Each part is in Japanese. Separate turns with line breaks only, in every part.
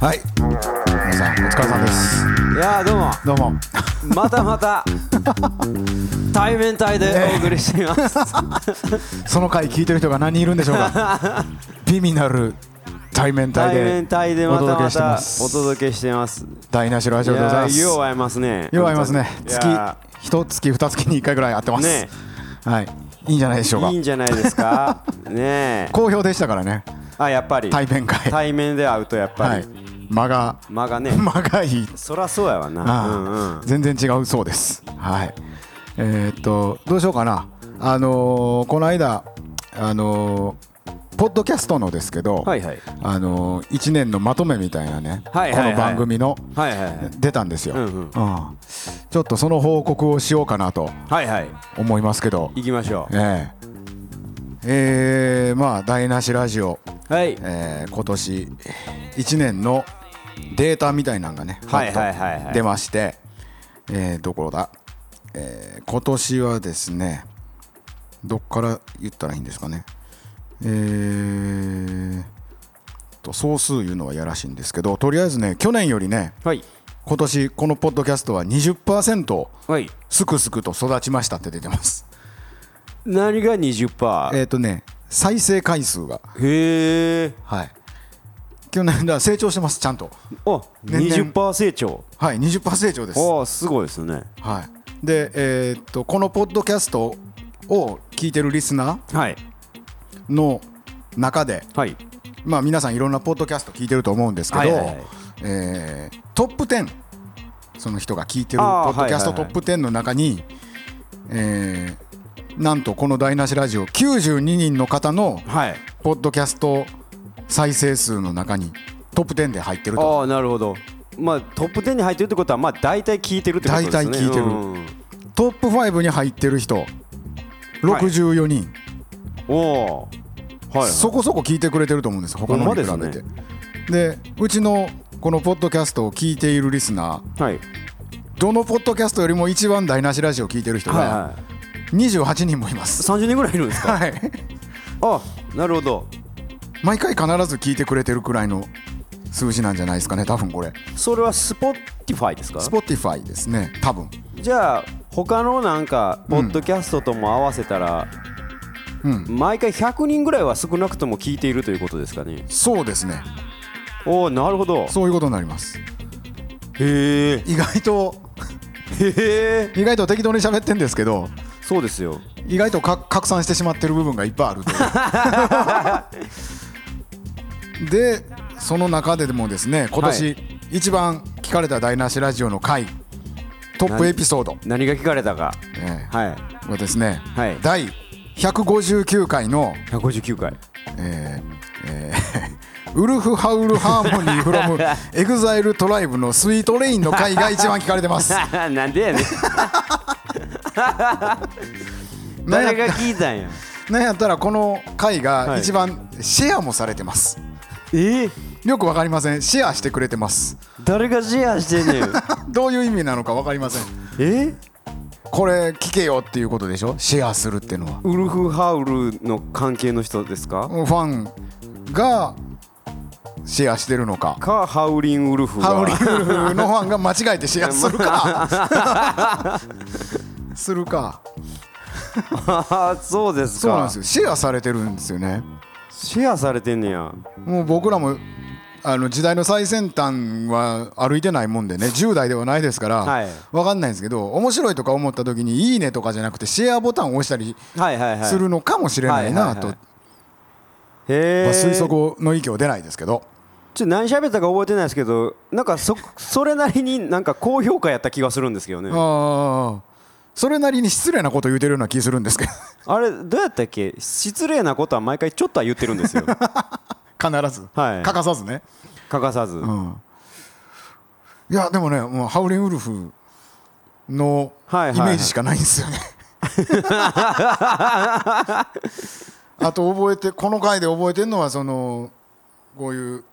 はい皆さんお疲れ様です
いやーどうも
どうも
またまた対面体でお送りしています、
その回聞いてる人が何人いるんでしょうか 美味なる 対面体
対
で
面体で
お
また
届
ま
けしてま
た
す
お届けしてます
台無しラ
い
ジオでござい
や
ま
ー
す
よう会えますね
よう会いますね
本当に
月
いや
一月二月に一回ぐらい会ってます、
ね
はいいいんじゃないでしょう
ー
か
いいんじゃないで すかねえ
好評でしたからね
あやっぱり
対面会
対面で会うとやっぱ
は
り
い間が
間がね
間がいい
そらそうやわな
あ
う
あ
んうん
全然違うそうです。はい。えーっとどうしようかな。あのーこの間あのーポッドキャストのですけど、
はいはい
あのー一年のまとめみたいなね、
はいはいはい
この番組の、
はいはいはい
出たんですよ、
うんうん
ちょっとその報告をしようかなと
はいはい
思いますけど、
行きましょ
えええーまあ台無しラジオ、
うはい
えー今年一年のデータみたいなのがね、
はいはいはいはい
出まして、えーどこだ、えー今年はですねどっから言ったらいいんですかねえーと総数いうのはやらしいんですけどとりあえずね去年よりね
はい
今年このポッドキャストは20%
はい
すくすくと育ちましたって出てます
何が20%
えっ、とね再生回数が
へえ
はい去年だから成長してますちゃんと
あ
年々
20%成長
はい20%成長です
ああすごいですね
はい、で、えーっとこのポッドキャストを聞いてるリスナ
はい
ーの中で、
はい
まあ、皆さんいろんなポッドキャスト聞いてると思うんですけど、
はいはいはい
えートップ10その人が聞いてるポ
あー
ッドキャスト
はい
ト
はいは
ッ
い
プ10の中に、えーなんとこの「台無しラジオ」92人の方の
はい
ポッドキャスト再生数の中にトップ10で入ってると
ああなるほどまあトップ10に入ってるってことはまあ大体聞いてるってことです
大
ね
体聞いてる
うん
トップ5に入ってる人64人。
おおはいはい
そこそこ聞いてくれてると思うんです他のに比
ほんま
べ
で
て
す
で,、うちのこのポッドキャストを聞いているリスナ
はい
ーどのポッドキャストよりも一番台無しラジオを聞いてる人
はい
が
はい
28人もいます、
30人ぐらいいるんですか
はい、
あなるほど
毎回必ず聞いてくれてるくらいの数字なんじゃないですかね多分これ
それは Spotify ですか
Spotify ですね多分
じゃあ他のなんかポッドキャストとも合わせた
う
ら、
ん
毎回100人ぐらいは少なくとも聞いているということですかね
そうですね
おおなるほど
そういうことになります
へえ
意外と
へえ
意外と適当に喋ってんですけど
そうですよ
意外とか拡散してしまってる部分がいっぱいあるという でその中でもですね今
は
年一番聞かれた「台無しラジオ」の回トップエピソード、
何が聞かれたか
え
はい
えはですね、
はい
第159回の、
159回
えーえーウルフハウルハーモニー from エグザイルトライブのスイートレインの回が一番聞かれてま す。
なんでや ねん誰が聞いたんや
なんやったらこの回が
はい
一番シェアもされてます。
え
よくわかりません。シェアしてくれてます。
誰がシェアしてんねん
どういう意味なのかわかりません。
え
これ聞けよっていうことでしょ。シェアするっていうのは。
ウルフハウルの関係の人ですか
ファンがシェアしてるのか。
かハウリンウルフが
ハウリンウルフのファンが間違えてシェアするか。 するか。
あー そうです
そ
か
うなんですよ。シェアされてるんですよね。
シェアされてんねや
もう僕らも。あの時代の最先端は歩いてないもんでね10代ではないですから、
はい
分かんないんですけど面白いとか思った時に「いいね」とかじゃなくてシェアボタンを押したり
はいはいはい
するのかもしれないなと、
はいはいはいへえ、
まあ推測の域は出ないですけど、
ちょっと何喋ったか覚えてないですけどなんかそそれなりになんか高評価やった気がするんですけどね
あーそれなりに失礼なこと言うてるような気するんですけど
あれどうやったっけ失礼なことは毎回ちょっとは言ってるん ですよ
必ず、
はい
欠かさずね、
欠かさず、
うんいやでもねもうハウリンウルフのイ
はい
メ
はいはい
ージしかないんですよね、 あと覚えてこの回で覚えてるのはそのこういう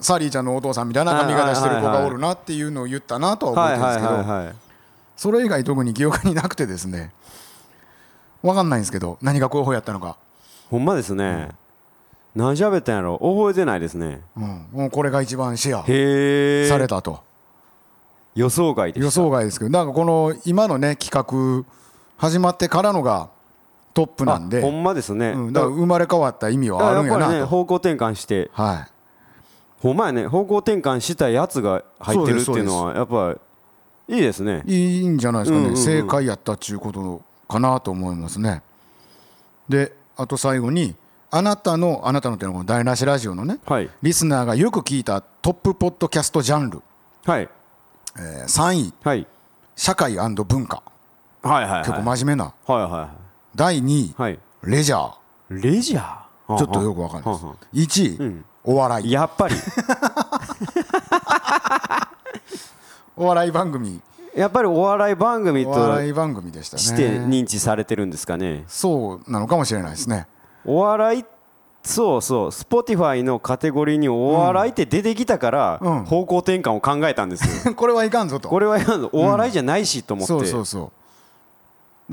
サリーちゃんのお父さんみたいな髪型してる子がおるなっていうのを言ったなとは覚
は
え
い
てるんで
は
す
い
けど、
はいはい
それ以外特に記憶になくてですね分かんないんですけど何が候補やったのか
ほんまですね、何喋ったんやろ覚えてないですね
うん、もうこれが一番シェ
へ
ア
え
されたと、
予想外で
予
した
想外ですけどなんかこの今のね企画始まってからのがトップなんで
あほんまですね、
うん、だから生まれ変わった意味はあ
だ
る
か
んや
らやっ
な
ぱりね
と、
方向転換して
は
ほんまやね方向転換したやつが入ってるっていうのはやっぱいいですね
い、いいんじゃないですかね、
うんうんうん
正解やったっちゅうことかなと思いますねであと最後にあなたのあなたのっていうのはこの台無しラジオのね
はい
リスナーがよく聞いたトップポッドキャストジャンル、
はい
えー3位
はい
社会文化
はいはいはい
結構真面目な
はいは
第2位
いはい
レジャー
レジャー
ちょっとよくわかんない
はんはん
です1位、
うん
お笑い
やっぱり
お笑い番組
やっぱりお笑い番組
お
と
笑い番組でしたね
して認知されてるんですかね
そうなのかもしれないですね
お笑いそうそう Spotify のカテゴリーにお笑いって出てきたから
うん
方向転換を考えたんです よ
これはいかんぞと
これはやんお笑いじゃないしと思って
そうそうそうだか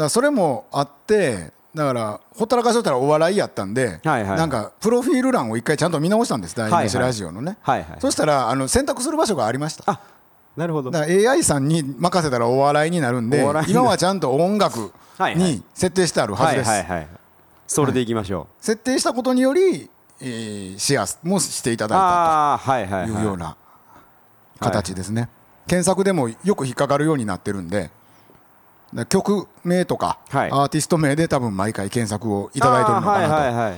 らそれもあってだからほったらかしとったらお笑いやったんで、
はいはい
なんかプロフィール欄を一回ちゃんと見直したんです第
はいは
二
い
次ラジオのね、
はいはい
そしたらあの選択する場所がありました
あなるほど
だから AI さんに任せたらお笑いになるんで
お笑いにな
今
る
はちゃんと音楽
はいは
に
い
設定してあるはずです、
はいはいはいそれでいきましょ
設定したことにより、えーシェアもしていた
う、
だ
ああはいはいい、
たというよう
は
な形ですね、検索でもよく引っかかるようになってるんでだ曲名とか、
はい
アーティスト名で多分毎回検索をい
い
ただいてるのかなと、
はいはいは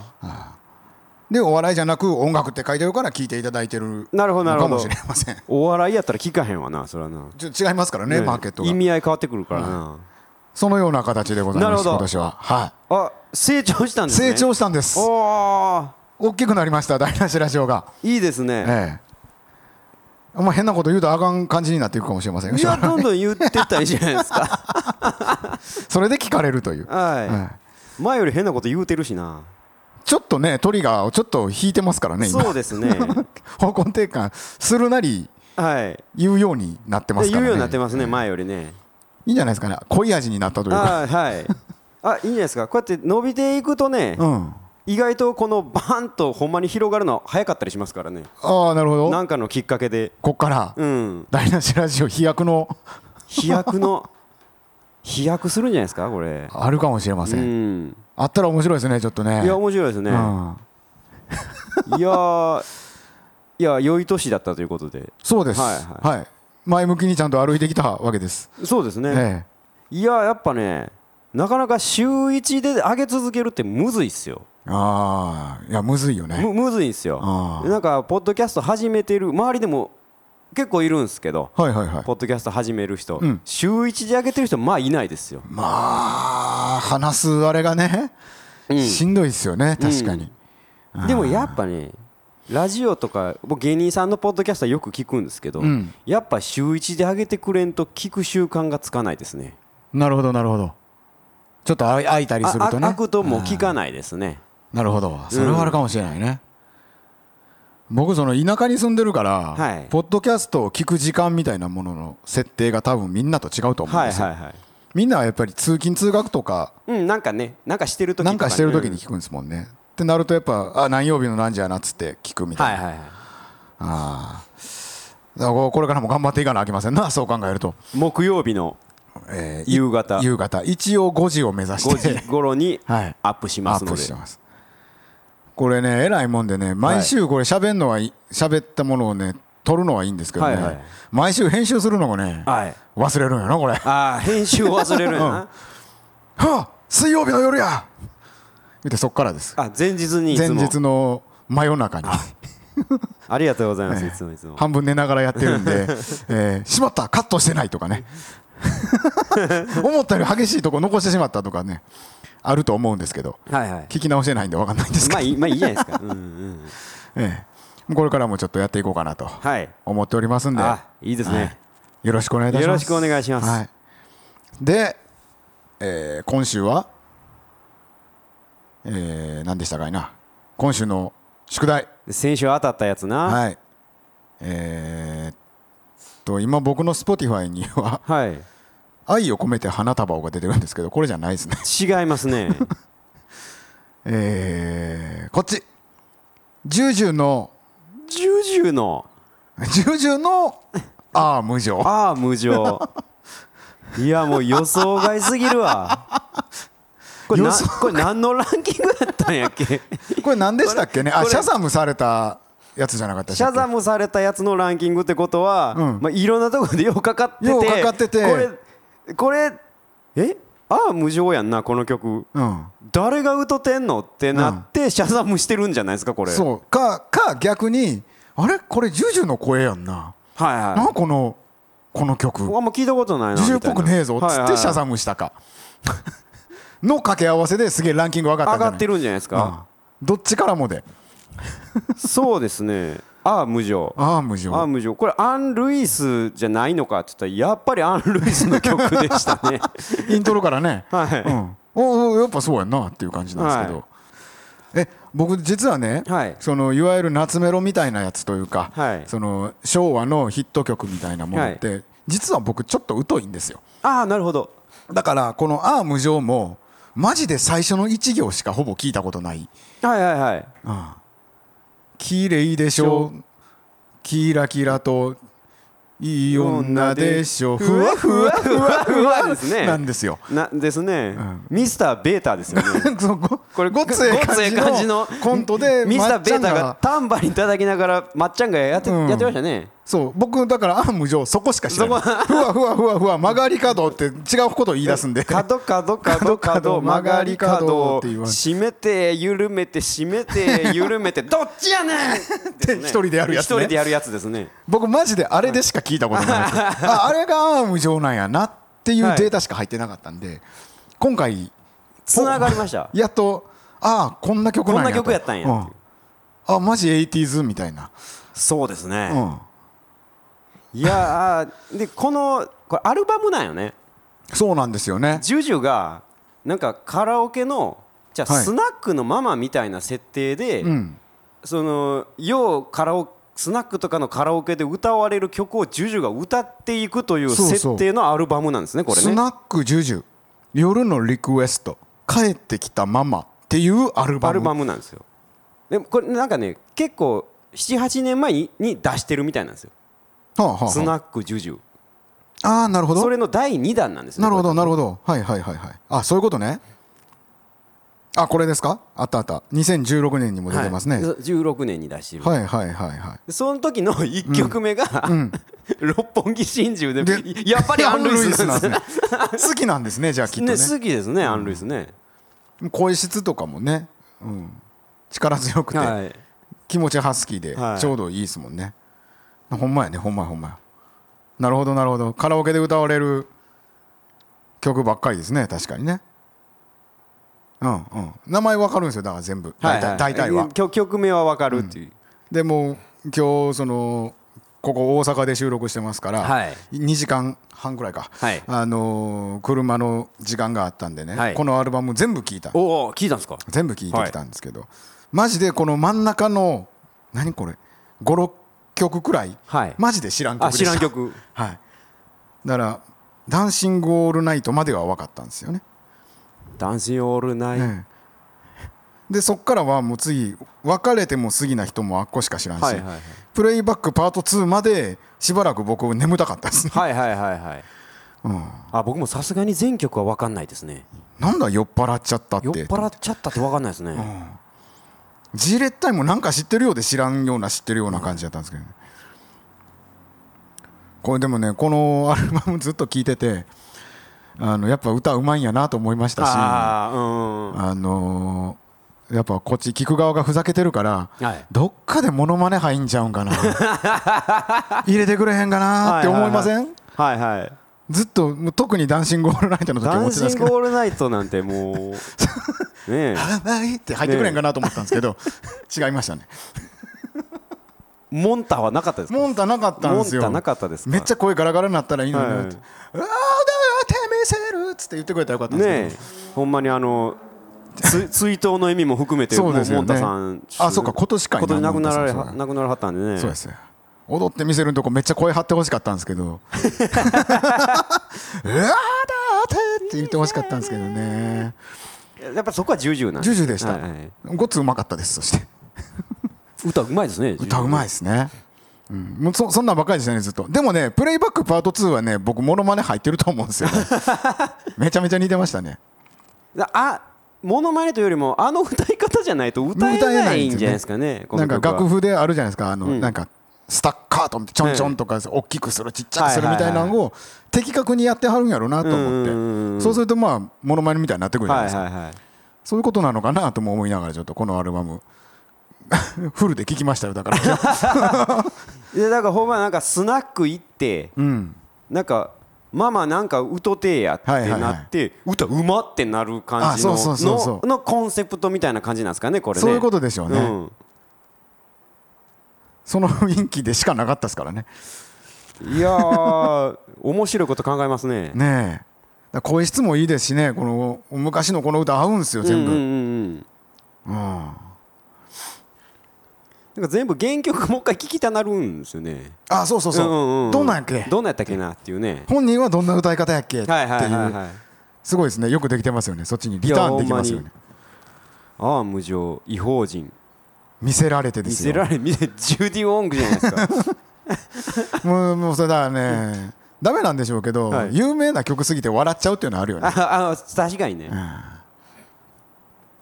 い
でお笑いじゃなく音楽って書いてるから聞いていただいてる
なるほどな
の
る
か
ほ
も
ど
しれません
お笑いやったら聞かへんわなそれはな
ちょ違いますからねマーケットが
意味合い変わってくるからな、
そのような形でござい
な
ま
る
す
ほど
今年は、は
あ成長した
い、
んですね
成長したんです
おー
大きくなりました台無しラジオが、
いいですね
ええあんま変なこと言うとあかん感じになっていくかもしれませんよ
いやどんどん言ってったらいいじゃないですか
それで聞かれるという、
は
ええ
い前より変なこと言うてるしな
ちょっとねトリガーをちょっと引いてますからね今
そうです ね
方向転換するなり
はい
言うようになってますか
言
ら
う
ね
ようになってますね前よりね
いいんじゃないですかね濃い味になったというか
あーはいあいいんじゃないですかこうやって伸びていくとね
うん
意外とこのバーンとほんまに広がるの早かったりしますからね
ああなるほ
な
ど
んかのきっかけで
こっから
うん
台無しラジオ飛躍の
飛 躍の飛躍するんじゃないですかこれ
あるかもしれま
う
せん、
ん
あったら面白いですねちょっとね
いや面白いですね
う
い
ん、
やーいや良い年だったということで
そうです
は
はいい、
は
前向きにちゃんと歩いてきたわけです、
そうですね
え
いややっぱねなかなか週1で上げ続けるってむずいっすよ
えああいやむずいよね
むむずいんすよ
あー
なんかポッドキャスト始めてる周りでも結構いるんすけど
はいはいはい
ポッドキャスト始める人、
うん
週1で上げてる人まあいないですよ
まあ話すあれがね、しんどいですよね確かに、
でもやっぱねラジオとか僕芸人さんのポッドキャストはよく聞くんですけど、
うん
やっぱ週1で上げてくれんと聞く習慣がつかないですね
なるほどなるほどちょっとあ開いたり
あ
するとね
あ開くともう聞かないですね
なるほどそれはあるかもしれないね、僕その田舎に住んでるから、
はい
ポッドキャストを聞く時間みたいなものの設定が多分みんなと違うと思うん
は
で
い
すよ、
はいはい
みんなはやっぱり通勤通学とか
うんなんかねなんかしてる時とか
なんかしてる時
う
に
ん
聞くんですもんね、ってなるとやっぱあ何曜日の何時やなっつって聞くみたい
は
な、
いはいは
ああだからこれからも頑張っていかなあきませんなそう考えると、
い木曜日の
えーい
夕方
夕方一応5時を目指して
5時頃に
はい
アップします
ア
の
ップし
で
てますこれねえらいもんでね毎週これ喋んのはいい喋ったものをね撮るのはいいんですけどね、
はいはい
毎週編集するのもね
はい
忘れるんやなこれは
ああ編集を忘れるんやな
あ水曜日の夜や言ってそっからです
あ前日にい
前
つも
日の真夜中に
ありがとうございます
ええ
いつもいつも
半分寝ながらやってるん で、えーしまったカットしてないとかね 思ったより激しいとこ残してしまったとかねあると思うんですけど
はいはい
聞き直してないんで分かんないんですけ
ま
ど、
あいいまあいいじゃないですかうんうん
ええこれからもちょっとやっていこうかなと
はい
思っておりますんで、
あいいです
は
ね
いよろしくお願いいたします。
よろしくお願いします
はい、で、えー今週は、えー何でしたかいな、今週の宿題、
先週当たったやつな
はい、えーっと、今、僕の Spotify には、
はい
愛を込めて花束をが出てるんですけど、これじゃないですね。
違いますね
えーこっち、ジュージュの
ジュジュの
ジュージュのああ無情
ああ無情いやもう予想外すぎるわこれな
予想
これ何のランキングだったんやっけ
これ何でしたっけねあ
これ
シャザムされたやつじゃなかったでし
シ
た
ャ
っけ
ザムされたやつのランキングってことは、
うん
まあ、いろんなところでようかかってて
ようかかってて
これこれえああ無情やんなこの曲
うん
誰が歌ってんのってなって、シャザムしてるんじゃないですかこれ
そうかか逆にあれこれジュジュの声やんな、
はいはい
なんかこのこの曲
あんま聞いたことないな
ジュジュっぽくねえぞ
み
っつ
たいな
ってシャ
はいはい
ザムしたか の掛け合わせですげえランキング上がったんじ
上が
ゃ
っ
ない
てるんじゃないですか、
うんどっちからもで
そうですねああ無情
ああ無情
ああ無情これアン・ルイスじゃないのかって言ったらやっぱりアン・ルイスの曲でしたね
イントロからね、
は い
うん、おおやっぱそうやんなっていう感じなんですけど、
は
え僕実はね、
はい
そのいわゆる夏メロみたいなやつというか、
はい
その昭和のヒット曲みたいなものって、実は僕ちょっと疎いんですよ
ああなるほど
だからこの「ああ無情」もマジで最初の1行しかほぼ聞いたことない
はいはいはい
「きれいでしょ」「キラキラといい女でしょ」ふわふわ
ふわふわですね
なんですよ。
なですね、
ん
ミスターベータです よね
そうご
これ
ごっつええ
ごっつええ
感じのコントで
ミスタ
ま
ー
っ
ベ
ちゃ
ー
ん
タが
が
タンバリン叩きながらまっちゃんがやって,、
うん
やってましたね
そう僕だから「ああ無情」そこしか知らないふわふわふわふわ曲がり角って違うことを言い出すんで
角角角
角角
角曲がり角
って言わん
締めて緩めて締めて緩 めてどっちやねんって
一人でやるやつね
一人でやるやつですね
僕マジであれでしか聞いたことないです ああれがああ無情なんやなっていうデータしか入ってなかったんで今回
つながりました
やっとああこんな曲なんやと
こんな曲やったんや
うあマジ 80s みたいな
そうです
う
ね
ん
いやーでこのこれアルバムなんよね
そうなんですよね
ジュジュがなんかカラオケのじゃあ
はい
スナックのママみたいな設定で、
うん
そのようカラオスナックとかのカラオケで歌われる曲をジュジュが歌っていくという
そうそう
設定のアルバムなんですねこれ
ス
ね
ナックジュジュ夜のリクエスト帰ってきたママっていうアルバム
アルバムなんですよでもこれなんかね結構78年前にに出してるみたいなんですよ
はあはあはあ
スナックジュジュ
ああなるほど
それの第2弾なんですね
なるほ
こ
どなるほどはいはいはいはいあそういうことねあこれですかあったあった2016年にも
れ
出てますね、
はい16年に出してる
はいはいはいは
でその時の1曲目が、
ん
六本木真珠で
で
やっぱりアン・ルイスなんですね
アンルイスなんですね 好きなんですねじゃあきっと
ね
ね
好きですね、アン・ルイスね、
声質とかもね、うん、力強くて、
はい、
気持ちハスキーで
はい
ちょうどいいですもんね、ほんまやねほんまやほんまやなるほどなるほどカラオケで歌われる曲ばっかりですね確かにねうんうん名前わかるんですよだから全部大体,、大体は
曲曲名は分かるっていう、
でも今日そのここ大阪で収録してますから、
はい
2時間半ぐらいか、
はい
あのー車の時間があったんでね、
はい
このアルバム全部聞いた
おお聞いたんですか
全部聞いてきたんですけど、マジでこの真ん中の何これ56曲くらい、
はい
マジで知らん曲
あ
でし
知
た
らん曲
はいだから「ダンシング・オールナイト」までは分かったんですよね、
「ダンシング・オールナイト」
ええでそっからはもう次別れても過ぎな人もあっこしか知らんし、
はいはいはい
プレイバックパート2までしばらく僕眠たかったですね、
はいはいはいはい
うん、
あ僕もさすがに全曲は分かんないですね
なんだ酔っ払っちゃったって
酔っ払っちゃったって分かんないですね、
ジレッタイもなんか知ってるようで知らんような知ってるような感じだったんですけどね、これでもねこのアルバムずっと聴いててあのやっぱ歌うまいんやなと思いましたしあ、
ああうんうん
のーやっぱこっち聞く側がふざけてるから、
はい
どっかでモノマネ入んちゃうんかな入れてくれへんかなって思いません、
はいはい
ずっともう特に「ダンシング・オールナイト」の時
ダ
思っ
ン
てたんです
シン
け
グ・オ
ど
ールナイトなんてもう ねえ
「あまい」って入ってくれへんかなと思ったんですけど違いましたね
モンタはなかったですか
モンタなかったんですよ
モンタなかったですか
めっちゃ声ガラガラになったらいいのにな
はい
って「ああだよてみせる」っつって言ってくれたらよかったんですけど
ねえほんまにあのつ 追悼の意味も含めて
そうですよね
もモンタさん
あそうか今年かいな
今年亡くなられ
モンタ
は
さん
亡くならはったんでね
そうです踊ってみせるとこめっちゃ声張ってほしかったんです けど「うわーだよて」って言ってほしかったんですけどね
やっぱそこは重々なん
ジュジュでした
はいはい
ごっつうまかったですそして
歌うまいですね
歌うまいですね、うん、もうそそんなんばっかりでしたねずっとでもねプレイバックパート2はね僕モノマネ入ってると思うん ですよ、ね、めちゃめちゃ似てましたね
あモノマネというよりもあの歌い方じゃないと歌えないんじゃないですかねこ
な
の
んか
曲は
楽譜であるじゃないですかあの、なんかスタッカートみたいなちょんちょんとか大きくするちっちゃくするみたいなのを的確にやってはるんやろうなと思って、
うんうんうん
そうするとまあモノマネみたいになってくるじゃないで
はい
すか、
はいはい
そういうことなのかなとも思いながらちょっとこのアルバム フルで聴きましたよだ から
でだからほんまなんかスナック行って、
うん
なんかママなんかうとてえやって
はいはいはい
なって、歌うまってなる感じ
あ
の
そうそうそうそう
ののコンセプトみたいな感じなんですかねこれね
そういうことでしょうね
ん
その雰囲気でしかなかったですからね
いやー面白いこと考えますね
ねえだから声質もいいですしねこの昔のこの歌合うんですよ全部、
う
うん
うん
ん
うんうんなんか全部原曲もう一回聴きたなるんですよね
あそうそうそう,、
んんうん
どんなんやっけ
どんなんやったっけなっていうね
本人はどんな歌い方やっけっていう、
はいはいはいはい
すごいですねよくできてますよねそっちにリターンできますよ
いや
ね
ああ無情異邦人
見せられてで
見
す
せ
よ
られ見せジュディ・ウォングじゃないですか
もうもうそれだからねダメなんでしょうけど、
はい
有名な曲すぎて笑っちゃうっていうのはあるよね
ああ確かにね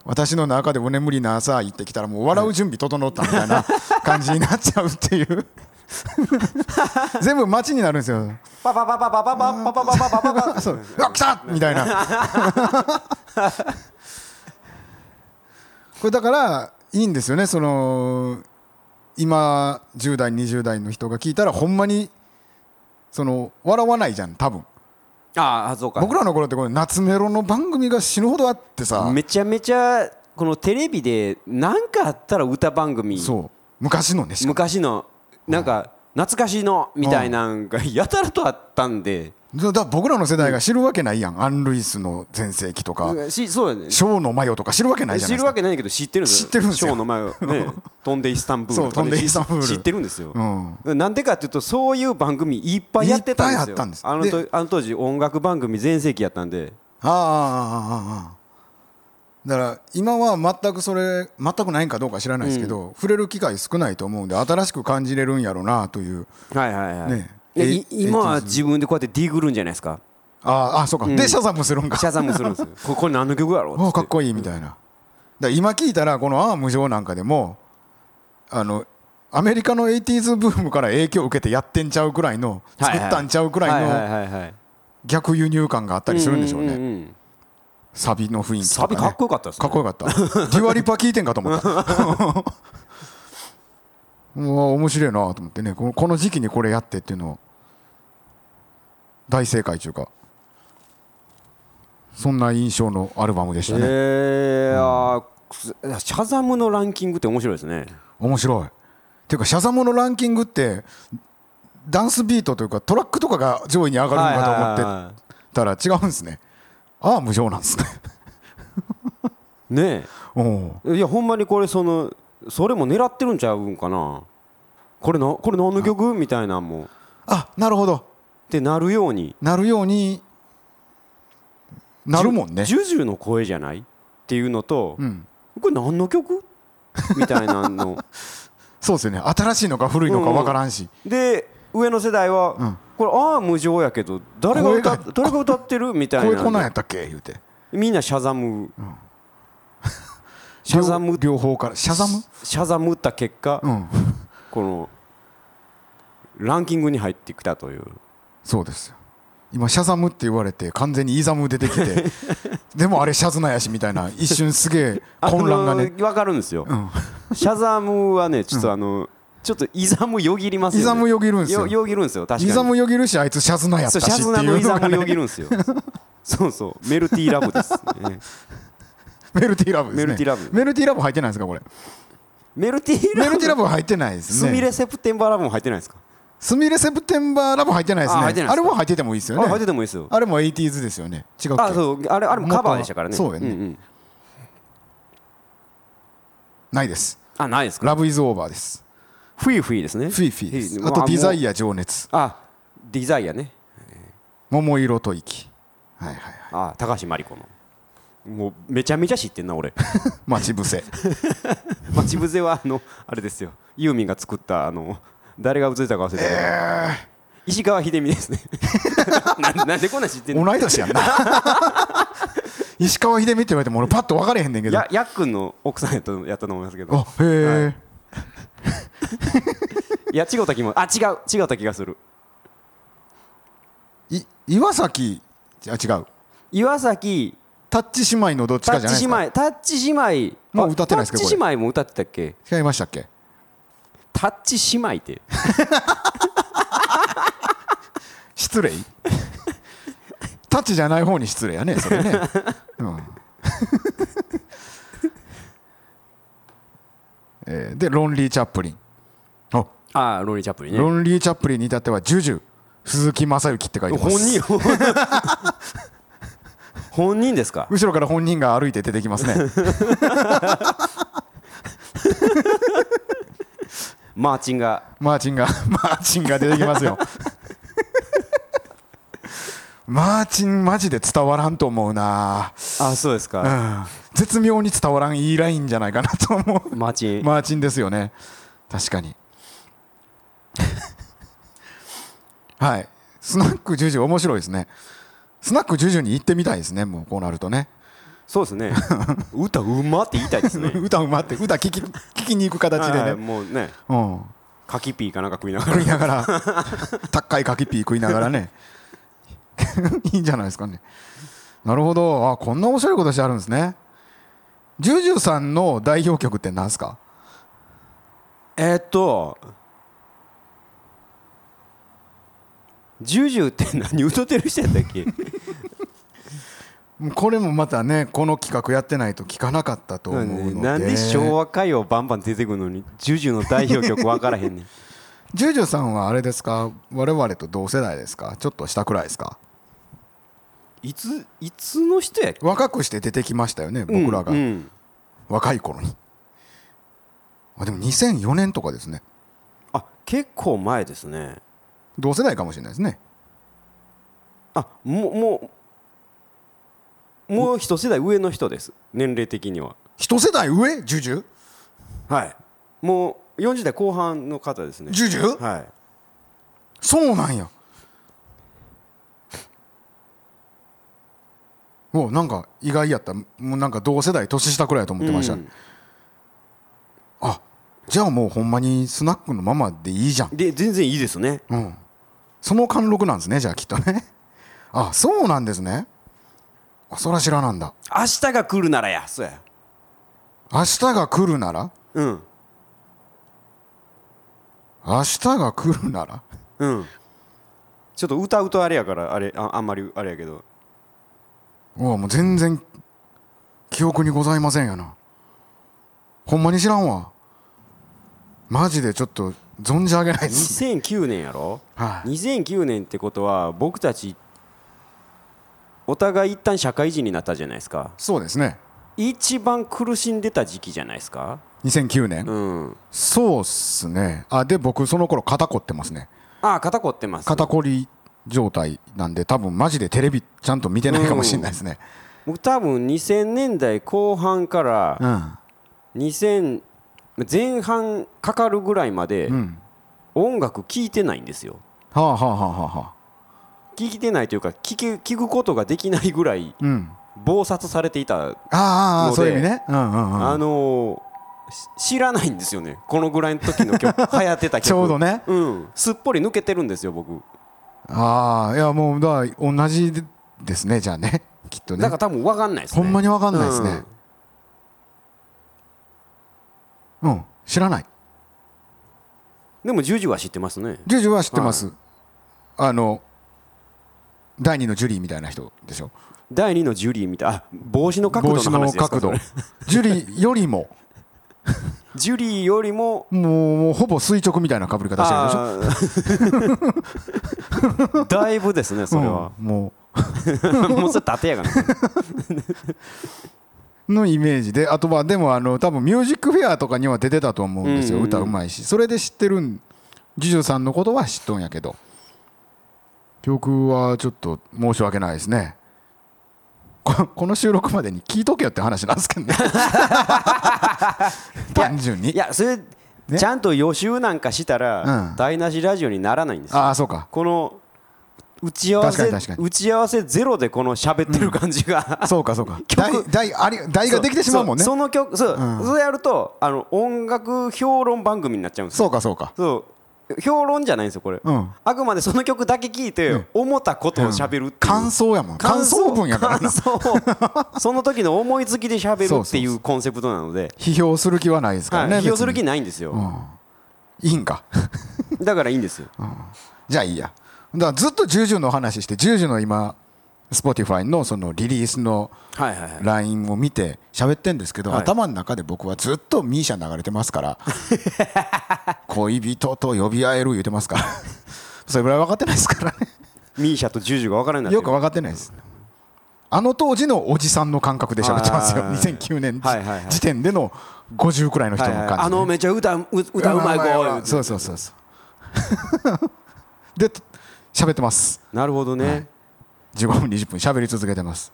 私の中でお眠りな朝行ってきたらもう笑う準備整ったみたいな感じになっちゃうっていう全部待ちになるんですよ
パパパパパパパパパパパパパ
そううわ来たみたい なこれだからいいんですよねその今10代20代の人が聞いたらほんまにその笑わないじゃん多分
ああそうか
僕らの頃ってこれ夏メロの番組が死ぬほどあってさ
めちゃめちゃこのテレビで何かあったら歌番組
そう昔のねしかも
昔のなんか懐かしのみたいなんがやたらとあったんで
だから僕らの世代が知るわけないやんアン・ルイスの全盛期とか
しそうだね
ショーのマヨとか知るわけないじゃな
知
いで
る
すか
わけないけど知ってるんですよ
知ってるんですよ
ショーの前をね飛んでイスタンブールと
そ
か
う飛んでイスタンブール
知ってるんですよ
うん
なんでかっていうとそういう番組いっぱいやってたんです
いっぱい
よ
あったんです
あのとあの当時音楽番組全盛期やったんで
ああああああああだから今は全くそれ全くないんかどうか知らないですけど、触れる機会少ないと思うんで新しく感じれるんやろうなという
はいはいはい
ね
で
え
い今は自分でこうやってディグるんじゃないですか
あああそうか、でシャザムするんか
シャザムするんですよこれこれ何の曲やろ
おおかっ
い
こいいみたいな、だから今聞いたらこの「ああ無情」なんかでもあのアメリカの 80s ブームから影響を受けてやってんちゃうくらいの 作ったんちゃうくらいの
はいはいはいはい
逆輸入感があったりするんでしょうね、
んんん
サビの雰囲気と
サ
か、
ビ
ね、
かっこよかったですね
かっこよかった。デュアリパ聞いてんかと思った。 うわ面白いなと思ってねこのこの時期にこれやってっていうのを大正解というかそんな印象のアルバムでしたね、
えーあーシャザムのランキングって面白いですね
面白いっていうかシャザモのランキングってダンスビートというかトラックとかが上位に上がるのかと思っ
は
てたら違うんですねああ無情なんですね
いはいはいね
おお
えいやほんまにこれそのそれも狙ってるんちゃうんかなこれなこれ何の曲みたいなんも
あなるほど
ってなるように
なるようになるもんね
ジュジュの声じゃないっていうのと、
うん
これ何の曲みたいなの
そうですよね新しいのか古いのか分からんし、
で上の世代は、
うん
これああ無情やけど誰が歌っ
声が
誰が歌ってるみたいな
これこんなんやったっけ言うて
みんなシャザム、シャザム
両両方からシャザム
シャザムった結果、
うん
このランキングに入ってきたという
そうですよ今シャザムって言われて完全にイザム出てき てでもあれシャズナやしみたいな一瞬すげえ混乱がね
あのわかるんですよ、
ん
シャザムはねちょっとあの、ちょっとイザムよぎりますよ、ね、
イザムよぎるんですよ
よぎるんですよ確
イ
かに
ザムよぎるしあいつシャズナやっ
そ
た
うシャ
し
ズ
って
ナ
い
の
う
イ
の
ザ
が、
ム
ね
よ、ぎるんですよ そうそうメルティーラブです、ね
メルティーラブですね
メルティーラブ
メルティーラブ入ってないですか これ
メルティーラ
メ
ブ
ルティーラブ入ってないです
ス
ね
ミレセプテンバーラブも入ってないですか、
スミレセプテンバーラブ入ってないですね
あ
あ
入ってないですか
れは入っててもいいですよね
あ入っててもいいですよ
あれも 80s ですよね違うっけ
あそうあれあれもカバーでしたからね
そうやね
んん
ないです
あないですか
ラブイズオーバーです
フィーフィーですね
フィーフィーです
フ
あとデザイ
ア
ア情熱
あデザイアね
桃色と息はいはいはい
あ高橋真理子のもうめちゃめちゃ知ってんな 俺
待ち伏せ
待ち伏せはあのあれですよユーミンが作ったあの誰が映ったか忘れたけど、石川秀美 ですねなんなんでこんなん知ってんの
同い年やんな石川秀美って言われても俺パッと分かれへんねんけど
ややっくんの奥さんやったやったと思いますけど
あへえ、
いや違うた気もあ違う違うた気がする
い岩崎あ違う
岩崎
タッチ姉妹のどっち
タ
かじゃ
ッ
ないで
チ
す
姉
か
妹
もう歌って
タッチ姉妹
ないですか
あタッチ姉妹も歌ってたっけ
違いましたっけ
タッチ姉妹って
失礼タッチじゃない方に失礼やねそれ ね、うん、 えーでロンリー・チャップリンあ
ああローリー・チャップリンね
ロンリー・チャップリンに至ってはジュジュ鈴木雅之って書いてま
本
す
人 本人ですか
後ろから本人が歩いて出てきます ね
マーチンが
マーチンがマーチンが出てきます よマーチンマジで伝わらんと思うな、
あそうです
う
か
ん、絶妙に伝わらんいいラインじゃないかなと思う
マーチン
マーチンですよね確 かにはいスナックジュジュ面白いですねスナックジュジュに行ってみたいですねもうこうなるとね
そうです ね歌うまって言いたいですね
歌うまって歌聞き聞きに行く形
は
で
い
ね
もうね
うん
カキピーかなんか食いなが
食
ら
いながら 高いカキピー食いながらね いいんじゃないですかねなるほどあこんな面白いことしてあるんですねジュジュさんの代表曲って何ですか
えーっとジュジュって何歌ってる人やったっけ
もうこれもまたねこの企画やってないと聞かなかったと思うので
なんで昭和歌謡バンバン出てくるのにジュジュの代表曲分からへんねん
ジュジュさんはあれですか我々と同世代ですかちょっと下くらいですか
いついつの人やっけ
若くして出てきましたよね僕らが、
うんうん
若い頃にあでも2004年とかですね
あ結構前ですね
同世代かもしれないですね
あもうもうもう一世代上の人です年齢的には
一世代上ジュジュ
はいもう40代後半の方ですね
ジュジュ
はい
そうなんやおなんか意外やったもうなんか同世代年下くらいやと思ってました、
うん
あじゃあもうほんまにスナックのままでいいじゃん
で全然いいですね
うん、その貫禄なんですねじゃあきっとねあそうなんですねあそら知らなんだ
明日が来るならやそうや
明日が来るなら
うん
明日が来るなら
うんちょっと歌うとあれやからあれああんまりあれやけど
おもう全然記憶にございませんやなほんまに知らんわマジでちょっと存じ上げないです
2009年やろ
はい
2009年ってことは僕たちお互い一旦社会人になったじゃないですか
そうですね
一番苦しんでた時期じゃないですか
2009年、
うん
そうっすねあで僕その頃肩凝ってますね
ああ肩凝ってます、
肩こり状態なんで多分マジでテレビちゃんと見てないかもしれないですね、
僕多分2000年代後半から
うん
2000前半かかるぐらいまで
うん、
音楽聴いてないんですよ
はあはあはあはあはあ
聴いてないというか聴け聞くことができないぐらい
うん
暴殺されていた
あああ
の
あ
で
そういう意味ねうんうんうん
あのーし知らないんですよねこのぐらいの時の 曲流行ってた曲
ちょうどね
うんすっぽり抜けてるんですよ僕
ああいやもうだから同じですねじゃあねきっとね
だから多分分かんないですね
ほんまに分かんないですねうん、知らない
うんでもジュジュは知ってますね
ジュジュは知ってます、あの第二のジュリーみたいな人でしょ
第2のジュリーみたいあ帽子の角度
帽
の
子
話で
の
すか
角
そ
度
れ
ジュリーよりも
ジュリーよりも
もうもうほぼ垂直みたいな被り方してるでしょ
あ ー だいぶですねそれは、
うんも
もうそれ縦やがな
うのイメージであとはでもあの多分ミュージックフェアとかには出てたと思うんですよ、
うんうんうん
歌うまいしそれで知ってるんジュジュさんのことは知っとんやけど曲はちょっと申し訳ないですねここの収録までに聞いとけよって話なんですけど ね単純に
いやそれ、ちゃんと予習なんかしたら、
うん
台無しラジオにならないんですよ
ああそうか
この打ち合わせ
確かに確かに
打ち合わせゼロでこの喋ってる感じが、
そうかそうか
曲
台台あり台ができてしまうもん ね
そ
そう
その曲そう、そうやるとあの音楽評論番組になっちゃうんですよ
うかそうか
そう評論じゃないんですよこれ、
うん
あくまでその曲だけ聞いて、思ったことを喋るっていう、
感想やもん感想文やから
感
な
想をその時の思いつきで喋
そう
る
そう
って
そう
いうコンセプトなので
批評する気はないですからね
はい批評する
別
気ないんですよ、
にいいんか
だからいいんですよ、
じゃあいいやだからずっとジュジュの話してジュジュの今 Spotify のそのリリースの
はいはいはい
LINE を見て喋ってんですけど、
はい
頭の中で僕はずっとミーシャ流れてますから 恋人と呼び合える言うてますから それぐらい分かってないですからね
ミーシャとジュジュが分からない
よく分かってないですあの当時のおじさんの感覚で喋ってますよ
あー
2009年
はいはいはい
時点での50くらいの人の感じ、
あのめちゃ歌う歌うまい子
わわそうそうそうそう で喋ってます
なるほどね、
15分20分喋り続けてます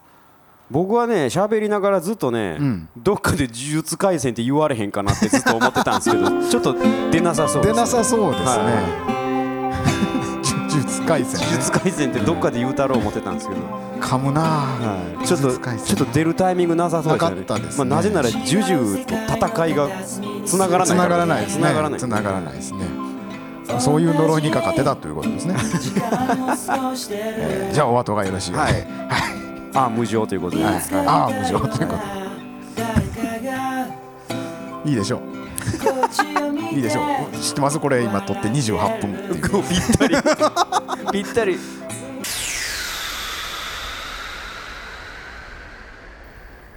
僕はね喋りながらずっとね、
ん
どっかで呪術廻戦って言われへんかなってずっと思ってたんですけどちょっと出なさそうで
出
す
なさそうですね、
はい
呪術廻戦ね
呪術廻戦ってどっかで言うたろう思ってたんですけど、
噛むなあ、
ちょっと
呪術廻
ち
戦
ょっと出るタイミングなさそうでしたね
なかったですね
まあ、なぜならジュジュと戦いがつながらな
つ
い
ながらないですね
繋がらない
繋がらないですねそういう呪いにかかってたということですね、えーじゃあお後がよろしいようで
はい
はい
ああ無情ということで、
はいああ無情というこ
い
といいでしょういい
い
で
で
し
し
ょ
ょ
う知ってますこれ今撮って28分っていう
もうぴったりぴったり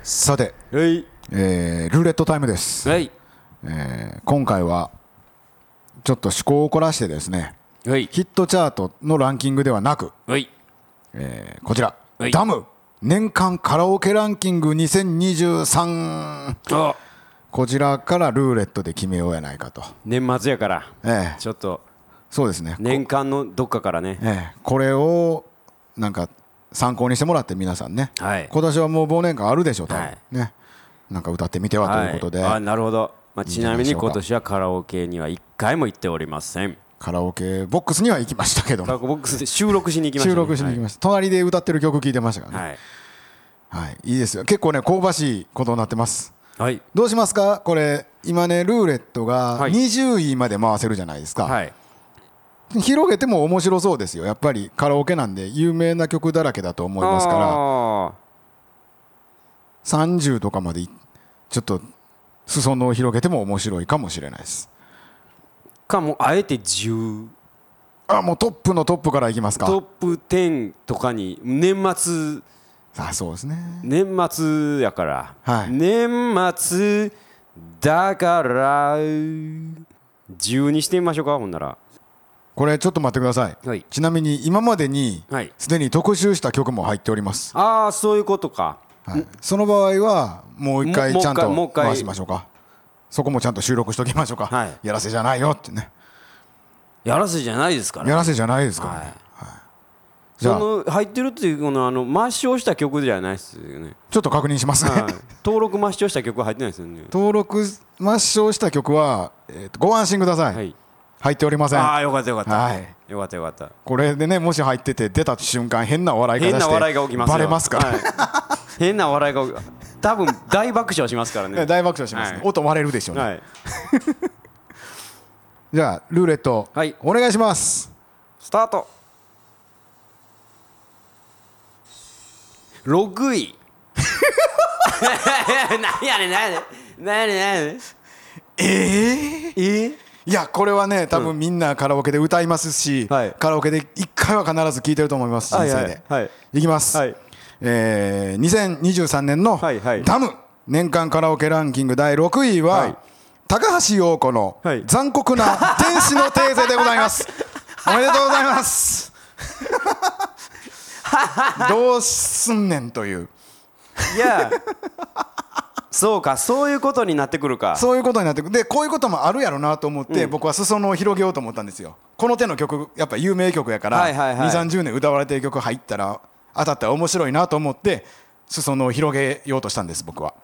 さて、
はい
えールーレットタイムです
はい
えー今回はちょっと趣向を凝らしてですね
はい
ヒットチャートのランキングではなく、
はい
えーこちら、
はい
ダム年間カラオケランキング2023
あ
こちらからルーレットで決めようやないかと、
年末やから
ええ
ちょっと
そうですね
年間のどっかからね
ええこれをなんか参考にしてもらって皆さんね、
はい
今年はもう忘年会あるでしょうと、
はい
ねなんか歌ってみてはということで、
はいあなるほど、まあ、
いいんじ
ち
ゃな
な
い
み
でし
に
ょうか
今年はカラオケには一回も行っておりません
カラオケボックスには行きましたけど
カラオケボックスで収録しに行きましたね、
収録しに行きました、隣で歌ってる曲聴いてましたからね、
はい
はい、いいですよ。結構ね、香ばしいことになってます。
はい
どうしますかこれ、今ね、ルーレットが
はい
20位まで回せるじゃないですか。
はい
広げても面白そうですよ。やっぱりカラオケなんで有名な曲だらけだと思いますから、
ら
30とかまでいちょっと裾野を広げても面白いかもしれないです。
かもうあえて10
あ、もうトップのトップからいきます
トッ
か。
プ10とかに年末
あ、そうですね。
年末やから、
はい
年末だから10にしてみましょうかほんなら
これちょっと待ってください。
はい
ちなみに今までに
はい
すでに特集した曲も入っております。
ああそういうことか
はい、その場合はもう一回
も
ちゃん
もう
と
一回
回しましょうかそこもちゃんと収録しときましょうか、
はい
やらせじゃないよってね
やらせじゃないですから
やらせじゃないですから、
はい
じ
そ
ゃあ
の入ってるっていうこのあの抹消した曲じゃないですよね、
ちょっと確認しますね、
はい、登録抹消した曲は入ってないですよね
登録抹消した曲は、えーとご安心ください、
はい
入っておりません
ああよかったよかった、
はい
よかったよかった
これでねもし入ってて出た瞬間変な笑い方して
変な笑いが起きますよ
バレますから、
はい変な笑いが起き多分大爆笑しますから ね
大爆笑しますね、
はい
音割れるでしょうね、
はい
じゃあルーレット、
はい
お願いします
スタート6位 何やねん何やねん何やねん何やねんええ
いやこれはね多分みんなカラオケで歌いますし、
はい
カラオケで一回は必ず聴いてると思います人生
は
で、
いはいいはい
きます、
はい
えー、2023年の
はいはい
ダム年間カラオケランキング第6位は、
はい
高橋洋子の
はい
残酷な天使の訂正でござい ます、おめでとうございますどうすんねんという
いやそうかそういうことになってくるか
そういうことになってくるでこういうこともあるやろなと思って、僕は裾野を広げようと思ったんですよこの手の曲やっぱ有名曲やから、
はいはいはい
2 3 0年歌われてる曲入ったら当たったら面白いなと思って裾野を広げようとしたんです僕は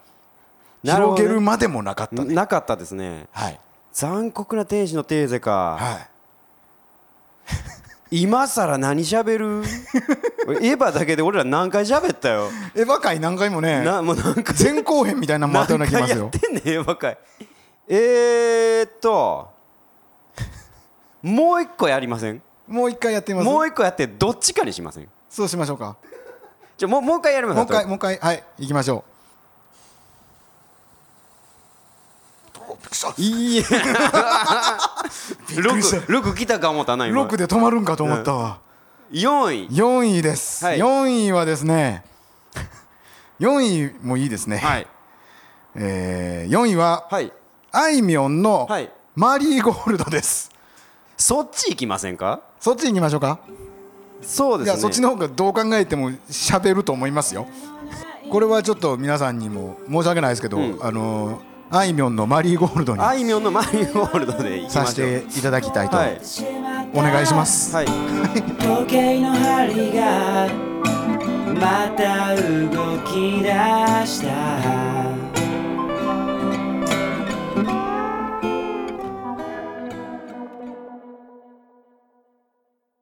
なるほど
広
ね
げるまでもなかったね
なかったですね
はい
残酷な天使のテーゼか、
はい
今さら何しゃ べるエヴァだけで俺ら何回しゃべったよ
エヴァ界何回もね
なもうなんか
前後編みたいなのもあったような
何
気がし
回
ます
や
よ
ってんねんエヴァ界えーっともう一個やりません
もう一回やってみます
もう一個やってどっちかにしません
そうしましょうか
じゃもうもう一回やりまし
も
ょ
う一回もう一回はい行きましょういいえ
6, 六来たか思ったな今
6で止まるんかと思ったわ、
4位
4位です、
はい
4位はですね4位もいいですね、
はい
えー、4位は、
はい
あいみょんの
はい
マリーゴールドです、
そっち行きませんか
そっち行きましょうか
そうで
い
すね
やそっちの方がどう考えても喋ると思いますよこれはちょっと皆さんにも申し訳ないですけど、あのーあいみょんのマリーゴールドに
あいみょんのマリーゴールドで行きま
させ
しょ
て
う
いただきたいと、
はい
お願いします
はい
時計の針がまた動き出した